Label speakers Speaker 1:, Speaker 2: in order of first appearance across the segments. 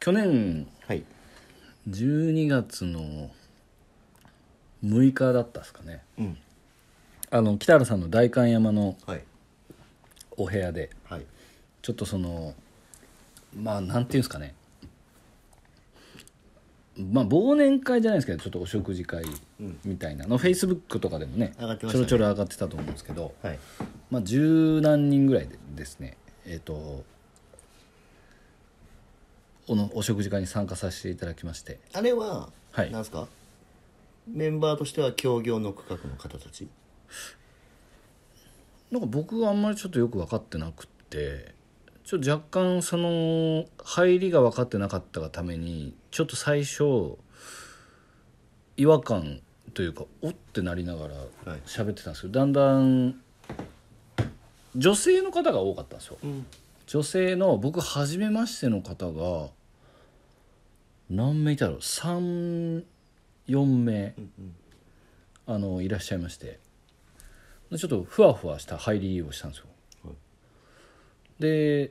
Speaker 1: 去年
Speaker 2: はい
Speaker 1: 12月の6日だったですかね
Speaker 2: うん
Speaker 1: あの北原さんの代官山の
Speaker 2: はい
Speaker 1: お部屋で
Speaker 2: はい
Speaker 1: ちょっとそのまあなんていうんですかねまあ忘年会じゃないですけどちょっとお食事会みたいなの、フェイスブックとかでもね
Speaker 2: 上がってま
Speaker 1: ち
Speaker 2: した
Speaker 1: ょろ
Speaker 2: ね
Speaker 1: ちょろ上がってたと思うんですけど、
Speaker 2: はい
Speaker 1: まあ、十何人ぐらいでですねえっ、とおのお食事会に参加させていただきまして
Speaker 2: あれは、
Speaker 1: はい
Speaker 2: なんですかメンバーとしては協業の区画の方たち
Speaker 1: なんか僕はあんまりちょっとよく分かってなくってちょっと若干その入りが分かってなかったがためにちょっと最初違和感というかおってなりながら
Speaker 2: はい
Speaker 1: 喋ってたんですけどだんだん女性の方が多かったんですよ。
Speaker 2: うん
Speaker 1: 女性の僕初めましての方が何名いたろう34名
Speaker 2: うんうん
Speaker 1: あのいらっしゃいましてちょっとふわふわした入りをしたんですよ、
Speaker 2: はい
Speaker 1: で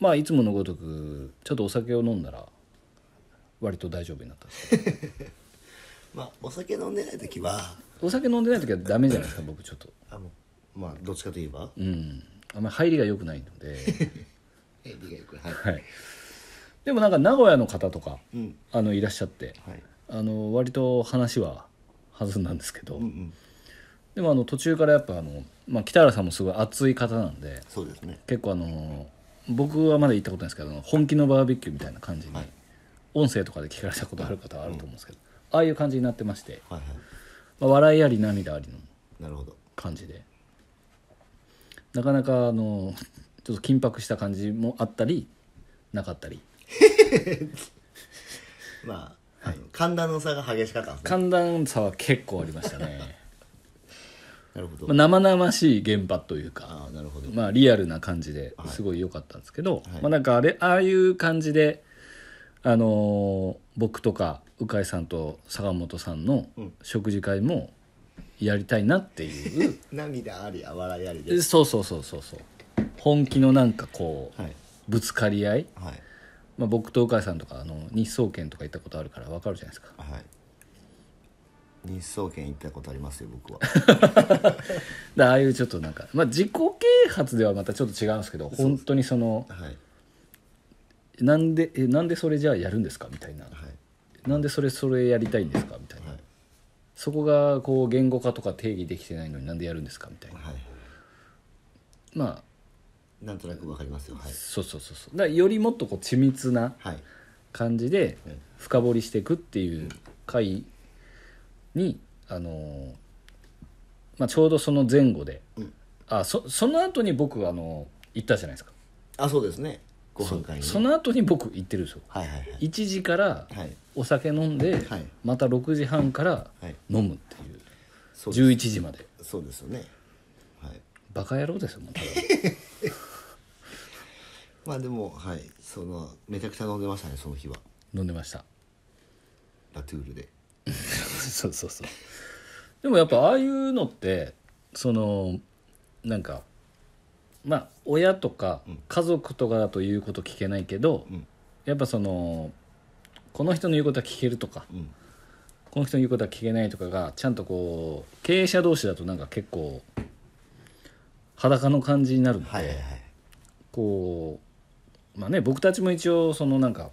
Speaker 1: まあいつものごとくちょっとお酒を飲んだら割と大丈夫になったんですけ
Speaker 2: まあお酒飲んでない時は
Speaker 1: どお酒飲んでない時はダメじゃないですか僕ちょっと
Speaker 2: あのまあどっちかといえば
Speaker 1: うんあんまり入りが良くないので、
Speaker 2: え理がよくはい
Speaker 1: はい、でもなんか名古屋の方とか
Speaker 2: うん
Speaker 1: あのいらっしゃって
Speaker 2: はい
Speaker 1: あの割と話は弾んだんですけど、
Speaker 2: うんうん
Speaker 1: でもあの途中からやっぱあの、まあ、北原さんもすごい熱い方なんで
Speaker 2: そうですね
Speaker 1: 結構あの僕はまだ行ったことないですけどあの本気のバーベキューみたいな感じに、
Speaker 2: はい
Speaker 1: 音声とかで聞かれたことある方はあると思うんですけど、ああいう感じになってまして、
Speaker 2: はいは
Speaker 1: まあ、笑いあり涙ありの
Speaker 2: いなるほど
Speaker 1: 感じでなかなかあのちょっと緊迫した感じもあったりなかったり
Speaker 2: まああの寒暖の差が激しかったんですね
Speaker 1: 寒暖差は結構ありましたね
Speaker 2: なるほど
Speaker 1: まあ生々しい現場というか
Speaker 2: ああなるほど
Speaker 1: まあ、リアルな感じですごい良かったんですけど、
Speaker 2: はい
Speaker 1: まあ、なんかあれああいう感じで、あのー僕とか鵜飼さんと坂本さんの
Speaker 2: うん
Speaker 1: 食事会もやりたいな っていう、
Speaker 2: 涙ありあ笑いあり
Speaker 1: で
Speaker 2: です
Speaker 1: そうそうそうそうそう本気のなんかこう、
Speaker 2: はい
Speaker 1: ぶつかり合い、
Speaker 2: はい
Speaker 1: まあ、僕と鵜飼さんとかあの日総研とか行ったことあるから分かるじゃないですか
Speaker 2: はい日総研行ったことありますよ僕 は
Speaker 1: でああいうちょっとなんか、まあ、自己啓発ではまたちょっと違うんですけど本当にその
Speaker 2: はい
Speaker 1: なんでえなんでそれじゃあやるんですかみたいな。
Speaker 2: はい
Speaker 1: なんでそれそれやりたいんですかみたいな、
Speaker 2: はい
Speaker 1: そこがこう言語化とか定義できてないのになんでやるんですかみたいな
Speaker 2: はい
Speaker 1: まあ
Speaker 2: なんとなくわかりますよはい
Speaker 1: そうそうそうそうだからよりもっとこう緻密な
Speaker 2: はい
Speaker 1: 感じで
Speaker 2: うん
Speaker 1: 深掘りしていくっていう回にあのーまあ、ちょうどその前後で、
Speaker 2: うん
Speaker 1: あそその後に僕あの行ったじゃないですか
Speaker 2: あそうですねご飯会に
Speaker 1: その後に僕行ってるんですよ
Speaker 2: はいはいはい
Speaker 1: 1時から
Speaker 2: はい
Speaker 1: お酒飲んで、
Speaker 2: はい
Speaker 1: また6時半から
Speaker 2: はい
Speaker 1: 飲むっていう
Speaker 2: そうです
Speaker 1: 11時まで
Speaker 2: そうですよねはい
Speaker 1: バカ野郎ですよもうただの
Speaker 2: まあでもはいそのめちゃくちゃ飲んでましたねその日は
Speaker 1: 飲んでました
Speaker 2: ラトゥールで
Speaker 1: そうそうそうでもやっぱああいうのってそのなんかまあ親とか
Speaker 2: うん
Speaker 1: 家族とかだと言うこと聞けないけど、
Speaker 2: うん
Speaker 1: やっぱそのこの人の言うことは聞けるとか
Speaker 2: うん
Speaker 1: この人の言うことは聞けないとかがちゃんとこう経営者同士だとなんか結構裸の感じになるので、
Speaker 2: はいはいはい
Speaker 1: こうまあね僕たちも一応そのなんか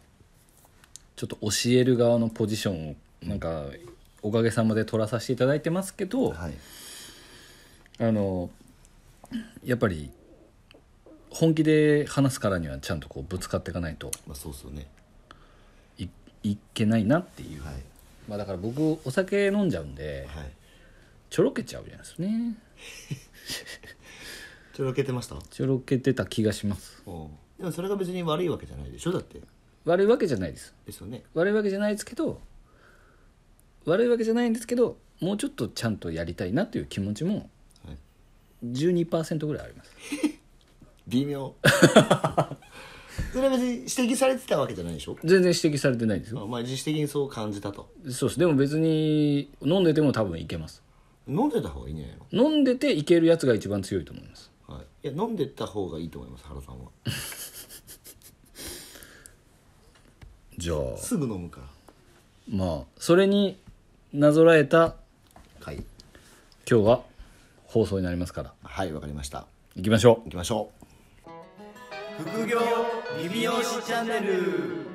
Speaker 1: ちょっと教える側のポジションをなんかおかげさまで取らさせていただいてますけど、
Speaker 2: はい
Speaker 1: あのやっぱり本気で話すからにはちゃんとこうぶつかっていかないと
Speaker 2: まあそうっすよね
Speaker 1: いいけないなっていう、
Speaker 2: はい
Speaker 1: まあ、だから僕お酒飲んじゃうんで
Speaker 2: はい
Speaker 1: ちょろけちゃうじゃないですかね
Speaker 2: ちょろけてました
Speaker 1: ちょろけてた気がします
Speaker 2: おうでもそれが別に悪いわけじゃないでしょだって
Speaker 1: 悪いわけじゃないです
Speaker 2: ですよね
Speaker 1: 悪いわけじゃないですけど悪いわけじゃないんですけどもうちょっとちゃんとやりたいなという気持ちも
Speaker 2: はい
Speaker 1: 12%ぐらいあります
Speaker 2: 微 妙それは別に指摘されてたわけじゃないでしょ
Speaker 1: 全然指摘されてないですよ
Speaker 2: まあ自主的にそう感じたと
Speaker 1: そうですでも別に飲んでても多分いけます
Speaker 2: 飲んでた方がいいんじゃない
Speaker 1: 飲んでていけるやつが一番強いと思います
Speaker 2: の、はい、いや飲んでた方がいいと思います原さんは
Speaker 1: じゃあ
Speaker 2: すぐ飲むから
Speaker 1: まあそれになぞらえた
Speaker 2: はい
Speaker 1: 今日は放送になりますから
Speaker 2: はいわかりました
Speaker 1: 行きましょ
Speaker 2: 行きましょう
Speaker 3: 副業リビオシチャンネル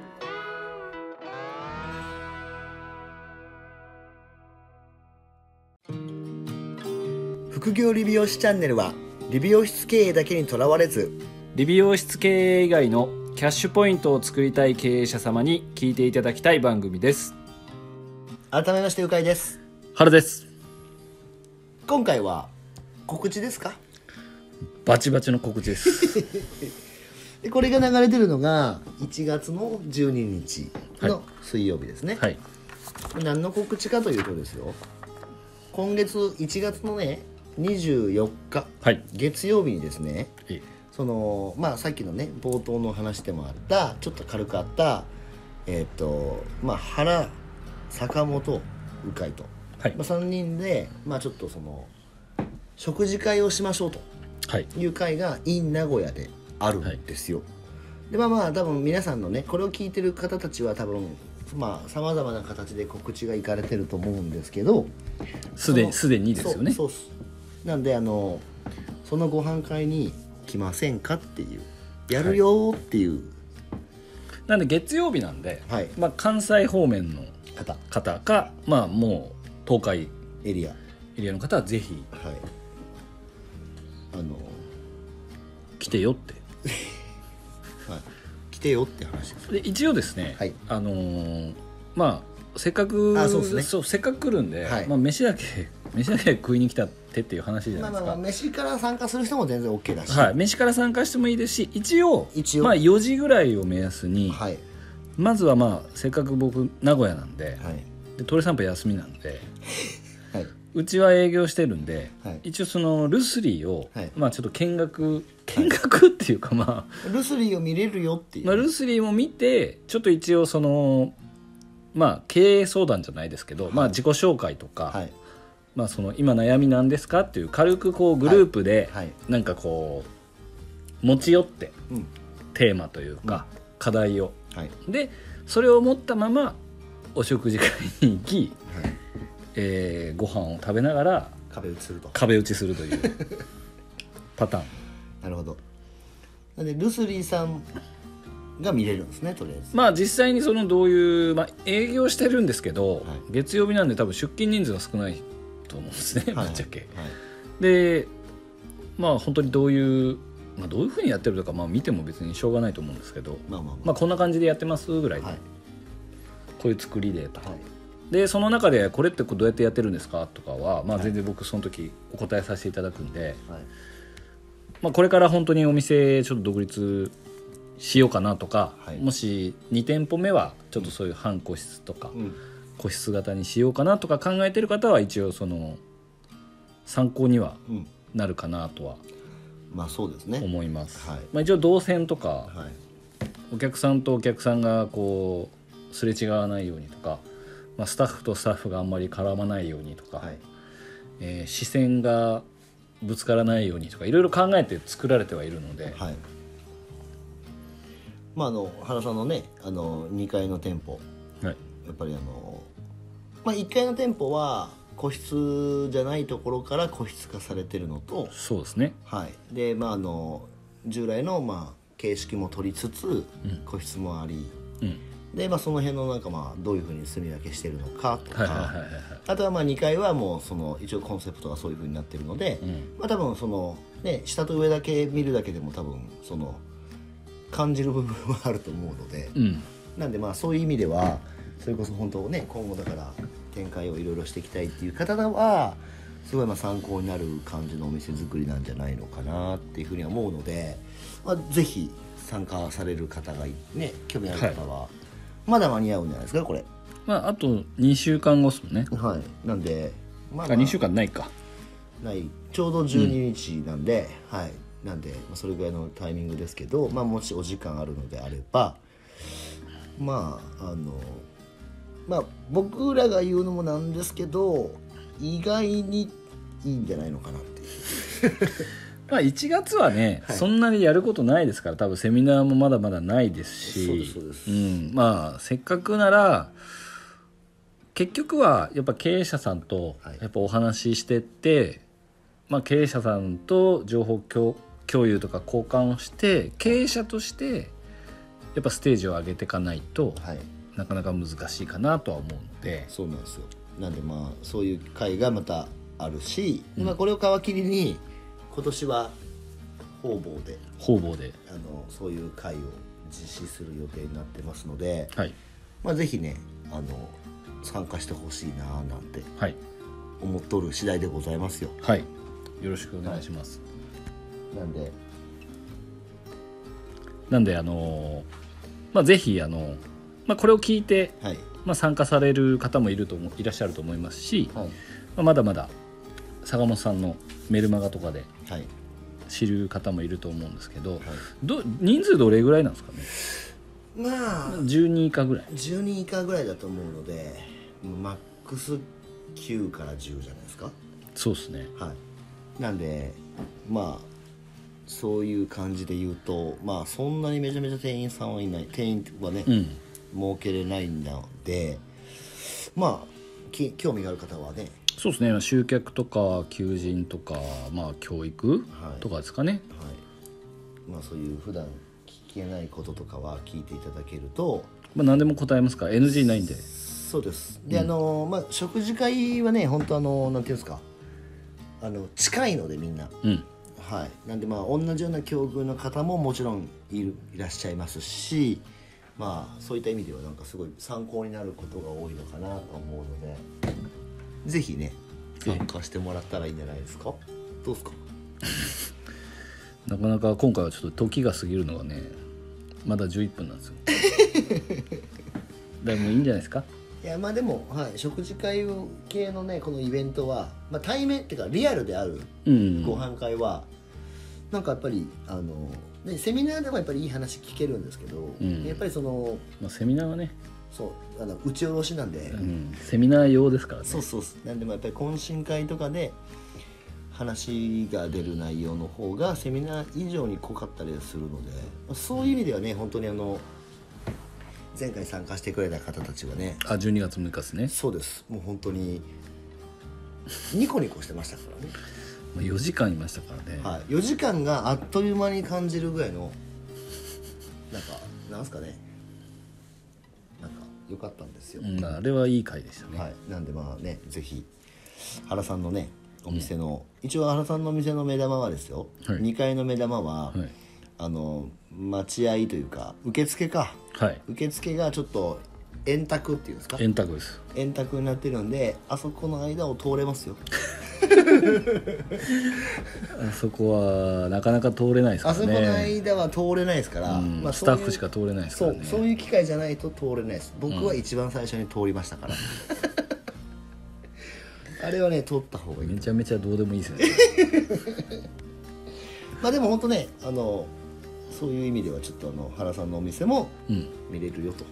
Speaker 2: 副業理美容師チャンネルは理美容室経営だけにとらわれず
Speaker 1: う理美容室経営以外のキャッシュポイントを作りたい経営者様に聞いていただきたい番組です
Speaker 2: 改めましてうかいです
Speaker 1: 春です
Speaker 2: 今回は告知ですか
Speaker 1: バチバチの告知です
Speaker 2: でこれが流れてるのが1月の12日の水曜日ですね、
Speaker 1: はい
Speaker 2: 何の告知かというとですよ今月1月のね24日、
Speaker 1: はい
Speaker 2: 月曜日にですね
Speaker 1: え
Speaker 2: そのまあさっきのね冒頭の話でもあったちょっと軽くあったえっ、とまあ原坂本鵜飼と、
Speaker 1: はい
Speaker 2: まあ、3人でまあちょっとその食事会をしましょうと
Speaker 1: はい
Speaker 2: いう会が in 名古屋であるんですよ、でまあまあ多分皆さんのねこれを聞いてる方たちは多分まあさまざまな形で告知がいかれてると思うんですけど
Speaker 1: すで
Speaker 2: その
Speaker 1: すでにですよね
Speaker 2: そうそうっすなんであのそのご飯会に来ませんかっていうやるよーっていう
Speaker 1: なんで月曜日なんで、
Speaker 2: はい
Speaker 1: まあ、関西方面の
Speaker 2: 方、
Speaker 1: 方かまあもう東海
Speaker 2: エリアは
Speaker 1: エリアの方はぜひ
Speaker 2: いあの、
Speaker 1: 来てよって
Speaker 2: はい、来てよって話です
Speaker 1: で一応ですね、
Speaker 2: はい
Speaker 1: あのーまあせっかく
Speaker 2: あそうですね
Speaker 1: せっかく来るんで、
Speaker 2: はい
Speaker 1: まあ、飯だけ 飯だけ食いに来たってっていう話じゃ
Speaker 2: ま
Speaker 1: な
Speaker 2: あ
Speaker 1: い
Speaker 2: ま
Speaker 1: です
Speaker 2: あまあ
Speaker 1: か、
Speaker 2: 飯から参加する人も全然 OK だし
Speaker 1: はい、飯から参加してもいいですし一応
Speaker 2: 一応
Speaker 1: まあ、4時ぐらいを目安に、
Speaker 2: はい
Speaker 1: まずはまあせっかく僕名古屋なんで,、
Speaker 2: はい
Speaker 1: でトレ散歩休みなんで
Speaker 2: はいう
Speaker 1: ちは営業してるんで、
Speaker 2: はい
Speaker 1: 一応そのルスリーを、
Speaker 2: はい
Speaker 1: まあ、ちょっと見学見学っていうかまあ、
Speaker 2: ルスリーを見れるよっていう、
Speaker 1: まあ、ルスリーも見てちょっと一応そのまあ経営相談じゃないですけど、まあ自己紹介とか、
Speaker 2: はい
Speaker 1: まあその今悩みなんですかっていう軽くこうグループで
Speaker 2: はい
Speaker 1: なんかこう持ち寄って
Speaker 2: うん
Speaker 1: テーマというか課題を
Speaker 2: はい
Speaker 1: でそれを持ったままお食事会に行き、
Speaker 2: はい
Speaker 1: えーご飯を食べながら
Speaker 2: 壁映ると
Speaker 1: 壁打ちするという パターン
Speaker 2: なるほどなんでルスリーさんが見れるんですねとりあえず
Speaker 1: まあ実際にそのどういう、まあ、営業してるんですけど、
Speaker 2: い
Speaker 1: 月曜日なんで多分出勤人数が少ないと思うんですね、ぶっちゃけ。
Speaker 2: はい
Speaker 1: でまあ本当にどういう、まあ、どういうふうにやってるとか、まあ、見ても別にしょうがないと思うんですけど、
Speaker 2: まあまあ
Speaker 1: ま
Speaker 2: ま
Speaker 1: あ、こんな感じでやってますぐらい
Speaker 2: あ
Speaker 1: で、
Speaker 2: はい
Speaker 1: こういう作りでとか、
Speaker 2: はい
Speaker 1: でその中でこれってこうどうやってやってるんですかとかは、まあ、全然僕その時お答えさせていただくんで、
Speaker 2: はい
Speaker 1: まあ、これから本当にお店ちょっと独立しようかなとか、
Speaker 2: はい
Speaker 1: もし2店舗目はちょっとそういう半個室とか。
Speaker 2: うん
Speaker 1: 個室型にしようかなとか考えてる方は一応その参考には
Speaker 2: うん
Speaker 1: なるかなとは
Speaker 2: まあそうですね
Speaker 1: 思います、
Speaker 2: はい
Speaker 1: まあ、一応動線とか
Speaker 2: はい
Speaker 1: お客さんとお客さんがこうすれ違わないようにとか、まあ、スタッフとスタッフがあんまり絡まないようにとか、
Speaker 2: はい
Speaker 1: えー視線がぶつからないようにとかいろいろ考えて作られてはいるので、
Speaker 2: はいまああの原さんのねあの2階の店舗
Speaker 1: はい
Speaker 2: やっぱりあのまあ1階の店舗は個室じゃないところから個室化されてるのと
Speaker 1: そうですね
Speaker 2: はい、でまああの従来の、まあ、形式も取りつつ、個室もあり、
Speaker 1: うん
Speaker 2: で、まあ、その辺のなんか、まあ、どういうふうに住み分けしてるのかとか、
Speaker 1: はいはいはいはい
Speaker 2: あとはまあ2階はもうその一応コンセプトがそういうふうになってるので、
Speaker 1: ん
Speaker 2: まあ、多分その、ね、下と上だけ見るだけでも多分その感じる部分はあると思うので、
Speaker 1: うん
Speaker 2: なんでまあそういう意味ではそれこそ本当ね今後だから展開をいろいろしていきたいっていう方はすごいまあ参考になる感じのお店作りなんじゃないのかなっていうふうには思うので、まあ、ぜひ参加される方がいね興味ある方は、まだ間に合うんじゃないですかこれ
Speaker 1: まああと2週間後っすもんね
Speaker 2: はいなんでま
Speaker 1: あ
Speaker 2: あ、
Speaker 1: 2週間ないか
Speaker 2: ないちょうど12日なんで、はいなんで、まあ、それぐらいのタイミングですけど、まあ、もしお時間あるのであればまああのまあ僕らが言うのもなんですけど意外にいいんじゃないのかなっていう
Speaker 1: まあ1月はね、そんなにやることないですから多分セミナーもまだまだないですし
Speaker 2: そうですそうです
Speaker 1: ん、まあせっかくなら結局はやっぱ経営者さんと
Speaker 2: はい
Speaker 1: やっぱお話ししてって、まあ、経営者さんと情報共共有とか交換をして経営者としてやっぱステージを上げていかないと
Speaker 2: はい
Speaker 1: なかなか難しいかなとは思うので。
Speaker 2: そうなんですよなんでまあそういう会がまたあるし、でまあ、これを皮切りに今年は方々で
Speaker 1: 方々で、
Speaker 2: あのそういう会を実施する予定になってますので、
Speaker 1: はい
Speaker 2: まあ、ぜひねあの参加してほしいなあなんて
Speaker 1: はい
Speaker 2: 思っとる次第でございますよ
Speaker 1: はい、よろしくお願いします。
Speaker 2: なんで
Speaker 1: なんであのーまあぜひあのーまあこれを聞いて
Speaker 2: はい
Speaker 1: まあ参加される方もいると思いらっしゃると思いますし、ま
Speaker 2: はい
Speaker 1: あ、まだまだ坂本さんのメルマガとかで
Speaker 2: はい
Speaker 1: 知る方もいると思うんですけど、
Speaker 2: はい
Speaker 1: ど人数どれぐらいなんですかね。
Speaker 2: まあ
Speaker 1: 10人以下ぐらい。
Speaker 2: 10人以下ぐらいだと思うのでマックス9から10じゃないですか
Speaker 1: そうですね。
Speaker 2: はい、なんでまあそういう感じで言うとまあそんなにめちゃめちゃ店員さんはいない店員はね、
Speaker 1: うん
Speaker 2: 儲けれないのでまあき興味がある方はね
Speaker 1: そうですね。まあ集客とか求人とかまあ教育
Speaker 2: はい
Speaker 1: とかですかね。
Speaker 2: はいまあそういう普段聞けないこととかは聞いていただけると
Speaker 1: まあ何でも答えますから NG ないんで。
Speaker 2: そうですで、あのまあ食事会はね本当あのなんていうんですかあの近いのでみんな
Speaker 1: うん
Speaker 2: はい、なんでまあ同じような境遇の方ももちろんいるいらっしゃいますしまあそういった意味ではなんかすごい参考になることが多いのかなと思うのでぜひね参加してもらったらいいんじゃないですかどうですか
Speaker 1: なかなか今回はちょっと時が過ぎるのがねまだ11分なん ですよでもいいんじゃないですか
Speaker 2: いやまあでも、はい、食事会系のねこのイベントは、まあ、対面っていうかリアルである
Speaker 1: うん
Speaker 2: ご飯会は、なんかやっぱりあの、ね、セミナーでもやっぱりいい話聞けるんですけど、
Speaker 1: うん
Speaker 2: やっぱりその
Speaker 1: まあ、セミナーはね、
Speaker 2: そうあの打ち下ろしなんで。
Speaker 1: うん、セミナー用ですからね
Speaker 2: そうそうそうなんでもやっぱり懇親会とかで話が出る内容の方がセミナー以上に濃かったりするのでまあそういう意味ではね本当にあの前回参加してくれた方たちはね
Speaker 1: あ12月6日ですね、
Speaker 2: そうですもう本当にニコニコしてましたからね、
Speaker 1: まあ、4時間いましたからね、
Speaker 2: はい、4時間があっという間に感じるぐらいのなんかなんすかねなんか良かったんですよ、
Speaker 1: うんまあ、あれはいい回でしたね、
Speaker 2: はい、なんでまあねぜひ原さんのねお店の、一応原さんのお店の目玉はですよ、
Speaker 1: はい
Speaker 2: 2階の目玉は、
Speaker 1: はい
Speaker 2: あの待合というか受付か
Speaker 1: はい、
Speaker 2: 受付がちょっと円卓っていうんですか
Speaker 1: 円卓です
Speaker 2: 円卓になってるんであそこの間を通れますよ
Speaker 1: あそこはなかなか通れないですか
Speaker 2: あ
Speaker 1: ら
Speaker 2: そこ
Speaker 1: ね
Speaker 2: の間は通れないですから、
Speaker 1: うん
Speaker 2: まあ
Speaker 1: ス
Speaker 2: そうい
Speaker 1: タ
Speaker 2: う
Speaker 1: ッフしか通れないですか
Speaker 2: そ
Speaker 1: ら
Speaker 2: う
Speaker 1: ね
Speaker 2: そういう機会じゃないと通れないです僕は一番最初に通りました から、あれはね通った方がいい
Speaker 1: めちゃめちゃどうでもいいですね
Speaker 2: まあでも本当ねあのそういう意味ではちょっとあの原さんのお店も
Speaker 1: うん
Speaker 2: 見れるよと、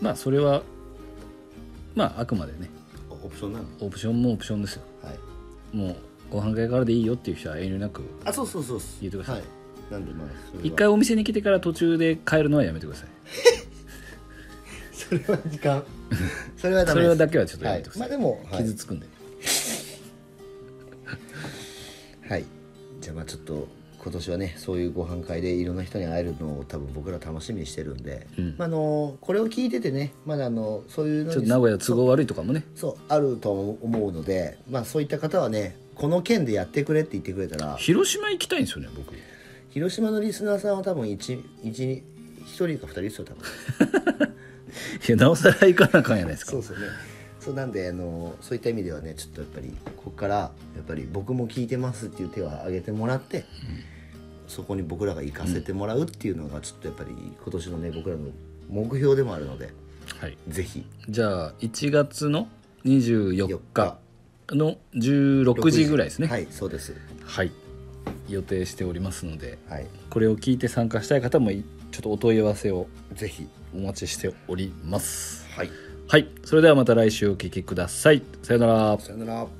Speaker 1: まあそれはまああくまでね
Speaker 2: オプションなの
Speaker 1: オプションもオプションですよ
Speaker 2: はい
Speaker 1: もうご飯会からでいいよっていう人は遠慮なく
Speaker 2: あそうそうそうそう
Speaker 1: 言ってください
Speaker 2: はい、なんでまあそれは
Speaker 1: 一回お店に来てから途中で帰るのはやめてください
Speaker 2: それは時 間それはダ
Speaker 1: そ
Speaker 2: メです
Speaker 1: れだけはちょっとやめてくださ、
Speaker 2: はいい、まあでも、はい
Speaker 1: 傷つくんで、
Speaker 2: はいじゃあまあちょっと今年はねそういうご飯会でいろんな人に会えるのを多分僕ら楽しみにしてるんで、
Speaker 1: うん
Speaker 2: まあ、あのこれを聞いててねまだあのそういうのに
Speaker 1: ちょっと名古屋都合悪いとかもね
Speaker 2: そうあると思うのでまあそういった方はねこの件でやってくれって言ってくれたら
Speaker 1: 広島行きたいんですよね僕
Speaker 2: 広島のリスナーさんは多分一一一人か二人ですよ多分
Speaker 1: いやなおさら行かなあかんやないですか
Speaker 2: そうそうねそうなんであのそういった意味ではねちょっとやっぱりここからやっぱり僕も聞いてますっていう手を挙げてもらって、そこに僕らが行かせてもらうっていうのがちょっとやっぱり今年のね僕らの目標でもあるので
Speaker 1: はい、
Speaker 2: ぜひ
Speaker 1: じゃあ1月の24
Speaker 2: 4
Speaker 1: 日の16時ぐらいですね
Speaker 2: はいそうです
Speaker 1: はい予定しておりますので
Speaker 2: はい
Speaker 1: これを聞いて参加したい方もいちょっとお問い合わせを
Speaker 2: ぜひ
Speaker 1: お待ちしております
Speaker 2: はい
Speaker 1: はいそれではまた来週お聞きくださいさよなら
Speaker 2: さよなら